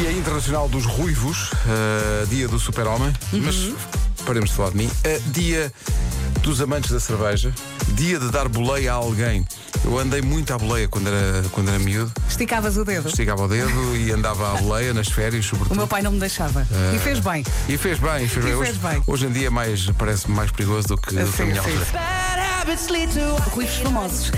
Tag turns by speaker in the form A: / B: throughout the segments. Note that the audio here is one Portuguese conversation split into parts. A: Dia Internacional dos Ruivos, eh, dia do super-homem,
B: Uhum.
A: mas paremos de falar de mim. Eh, dia dos amantes da cerveja, dia de dar boleia a alguém. Eu andei muito à boleia quando era, quando era miúdo,
B: Esticavas o dedo.
A: esticava o dedo e andava à boleia nas férias,
B: O
A: sobretudo.
B: meu pai não me deixava.
A: Ah,
B: E fez bem.
A: E fez bem, fez,
B: E
A: bem.
B: fez
A: hoje,
B: bem.
A: hoje em dia é mais, parece-me mais perigoso do que, do que a
B: Sim,
A: minha
B: sim.
A: altura.
B: Ruivos famosos.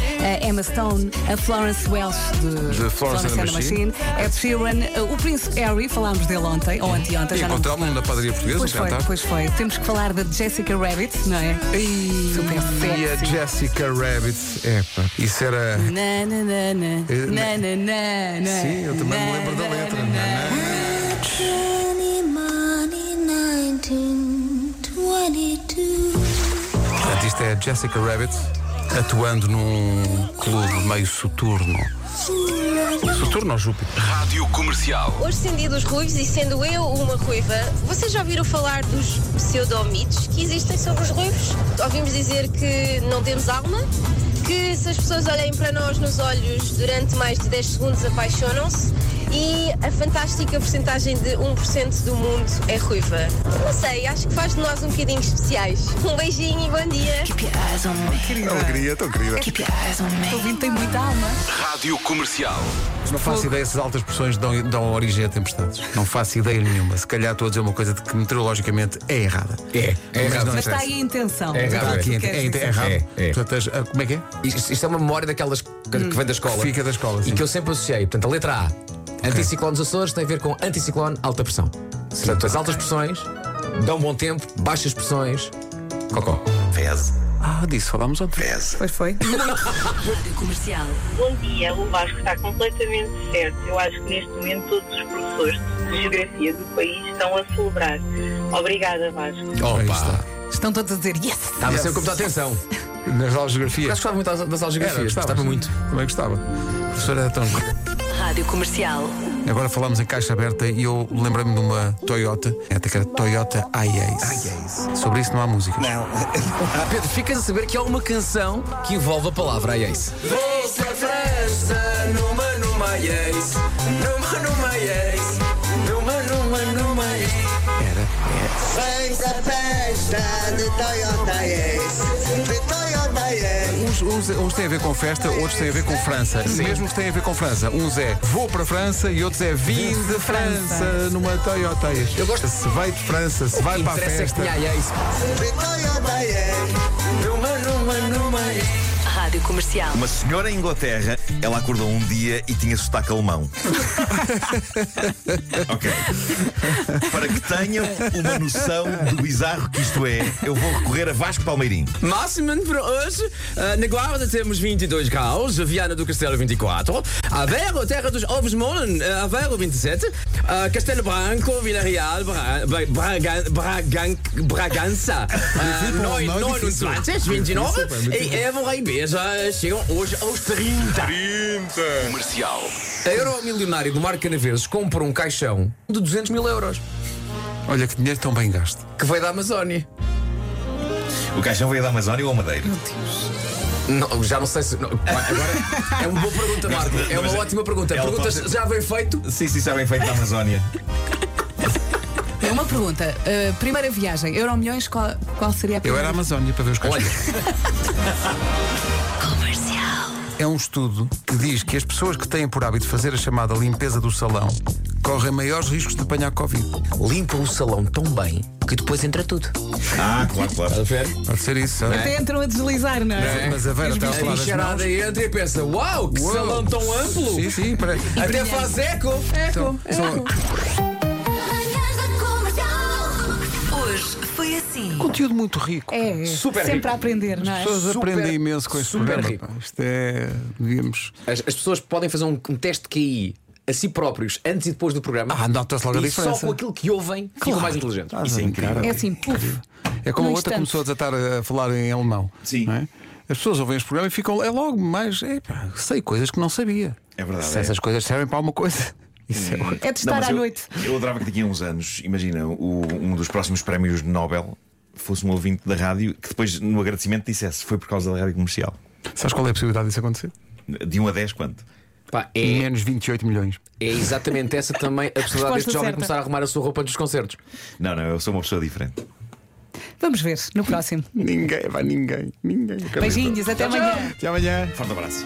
B: A Emma Stone, a Florence Welsh de,
A: De Florence and the Machine.
B: Ed Sheeran, uh, o Príncipe Harry, falámos dele ontem, ou anteontem,
A: E
B: já não me
A: encontrá-lo na padaria portuguesa, um
B: Pois
A: a
B: foi,
A: cantar.
B: pois foi. Temos que falar da Jessica Rabbit, não é?
A: Ei,
B: Super
A: e a
B: sexy.
A: Jessica Rabbit, epa, isso era.
B: Na, na, na, na,
A: Eh,
B: na, na, na, na.
A: Sim, eu também me
B: Na,
A: lembro da
B: na,
A: letra.
B: na, na.
C: Money, money, 19, 22.
A: Portanto, isto é a Jessica Rabbit atuando num clube meio soturno. Soturno ou Júpiter?
D: Rádio Comercial.
E: Hoje sendo dia dos ruivos e sendo eu uma ruiva, vocês já ouviram falar dos pseudomitos que existem sobre os ruivos? Ouvimos dizer que não temos alma, que se as pessoas olharem para nós nos olhos durante mais de 10 segundos apaixonam-se e a fantástica porcentagem de 1% do mundo é ruiva. Não sei, acho que faz de nós um bocadinho especiais. Um beijinho e bom dia.
A: Alegria, tão querida.
B: O ouvinte tem muita alma.
D: Rádio Comercial.
A: Não faço ideia se as altas pressões dão, dão origem a tempestades. Não faço ideia nenhuma. Se calhar estou a dizer uma coisa de que meteorologicamente é errada.
F: É, é
A: Mas
F: errado.
A: não
B: Mas
A: interessa.
B: está aí a intenção.
F: É
A: Está
F: errado,
A: aqui,
B: Tu
A: é,
B: queres
A: é,
B: dizer.
A: é errado.
F: É, é.
A: Portanto, as- a- como é que é?
F: Isto, isto é uma memória daquelas que que vem da escola.
A: Fica da escola, sim.
F: E que eu sempre associei. Portanto, a letra A, anticiclone dos Açores, tem a ver com anticiclone, alta pressão. Portanto, as altas pressões dão bom tempo, baixas pressões, cocó.
A: Ah, disso falámos ontem.
B: Pois foi.
G: Bom dia, o Vasco está completamente certo. Eu acho que neste momento todos os professores de geografia do país estão a celebrar. Obrigada, Vasco.
A: Aí
F: Opa!
A: está.
B: Estão todos a dizer yes.
F: Estava sempre com muita atenção. Eu
A: Nas aulas de geografia.
F: gostava muito das, das
A: Era,
F: algegrafias.
A: gostava,
F: Gostava
A: sim.
F: muito.
A: Também gostava. A professora era tão.
H: Rádio Comercial.
A: Agora falámos em caixa aberta e eu lembrei-me de uma Toyota, é até que era Toyota IACE. Sobre isso não há música.
F: Ah, Pedro, ficas a saber que há uma canção que envolve a palavra Ace.
A: Era.
I: Fez a festa de Toyota Yes, de Toyota Yes.
A: Uns, uns- uns têm a ver com festa, outros têm a ver com França. Mesmo os que têm a ver com França. Uns é vou para a França e outros é vim de França numa Toyota. Eu gosto. Se vai de França, se vai para a
F: Interessa que
A: festa.
F: tinha Ace.
I: de Toyota Yes.
H: Rádio Comercial.
J: Uma senhora em Inglaterra, ela acordou um dia e tinha sotaque alemão. ok. Para que tenham uma noção do bizarro que isto é, eu vou recorrer a Vasco Palmeirim.
F: Máximo para hoje, eh, na Guarda temos 22 graus, Viana do Castelo 24, Aveiro, Terra dos Ovos Molen, eh, Aveiro 27, eh, Castelo Branco, Vila Real, Bra- Bra- Braga- Bragan- Bragança eh,
A: Difícil,
F: noi-
A: não é
F: 29,
A: difícil.
F: 29
A: Difícil, pá, é
F: e Évora e Beja chegam hoje aos 30.
D: Comercial.
F: A Euromilionário do Mar Canaveses compra um caixão de 200 mil euros
A: Olha que dinheiro tão bem gasto.
F: que veio da Amazónia.
J: O caixão veio da Amazónia ou ao Madeira?
F: Não, já não sei se. não, agora é uma boa pergunta, Marco. É uma
J: Mas-
F: ótima pergunta.
J: Ela
F: Perguntas
J: pode-
F: já bem feito.
J: Sim, sim, sabem feito da Amazónia.
B: É uma pergunta. Uh, primeira viagem, Euro milhões, qual, qual seria a
A: Eu
B: primeira?
A: era à Amazónia para ver os cachorros.
F: Olha.
A: É um estudo que diz que as pessoas que têm por hábito fazer a chamada limpeza do salão correm maiores riscos de apanhar Covid.
F: limpam o salão tão bem que depois entra tudo.
J: Ah, claro, claro.
A: Pode ser isso. sabe?
B: Até entram a deslizar, não é?
A: Mas a Vera está a
F: A
A: falar das mãos.
F: bicharada entra e pensa: Uau, que
A: Uou.
F: salão tão amplo!
A: Sim, sim, para.
F: Até faz eco! Eco!
A: São-
C: Manhãs da comercial.
H: Hoje foi assim.
A: Conteúdo muito rico.
B: É, é.
F: Super
B: sempre
F: rico.
B: a aprender, não é?
A: As pessoas
F: Super-
A: aprendem imenso com este
F: super
A: programa.
F: rico.
A: pá. Isto é. Devíamos.
F: As, as pessoas podem fazer um, um teste de QI a si próprios antes e depois do programa.
A: Ah, nota-se logo a
F: e
A: diferença.
F: Só com aquilo que ouvem ficam
A: Claro.
F: mais inteligentes.
A: Estás a brincar,
B: É
A: é
B: assim, puf.
A: É como a
B: num
A: outra
B: instante.
A: começou a tratar a falar em alemão.
J: Sim.
A: não é? As pessoas ouvem este programa e ficam. É logo mais. É, pá, sei coisas que não sabia.
J: É verdade,
A: Se
J: é.
A: essas coisas servem para alguma coisa. Isso é.
B: É de
J: Não,
B: estar
J: mas
B: à
J: eu,
B: noite.
J: Eu adorava que daqui a uns anos, imagina, o- um dos próximos prémios Nobel fosse um ouvinte da rádio que depois, no agradecimento, dissesse foi por causa da rádio comercial.
A: Sabes qual é a possibilidade disso acontecer?
J: De 1 a 10, quanto?
F: Pá, é,
A: Menos 28 milhões.
F: é exatamente essa também a possibilidade deste jovem
B: certa.
F: começar a arrumar a sua roupa antes dos concertos.
J: Não, não, eu sou uma pessoa diferente.
B: Vamos ver no próximo.
A: Ninguém, vai ninguém. Ninguém.
B: Beijinhos, até amanhã.
A: Até amanhã.
J: Forte abraço.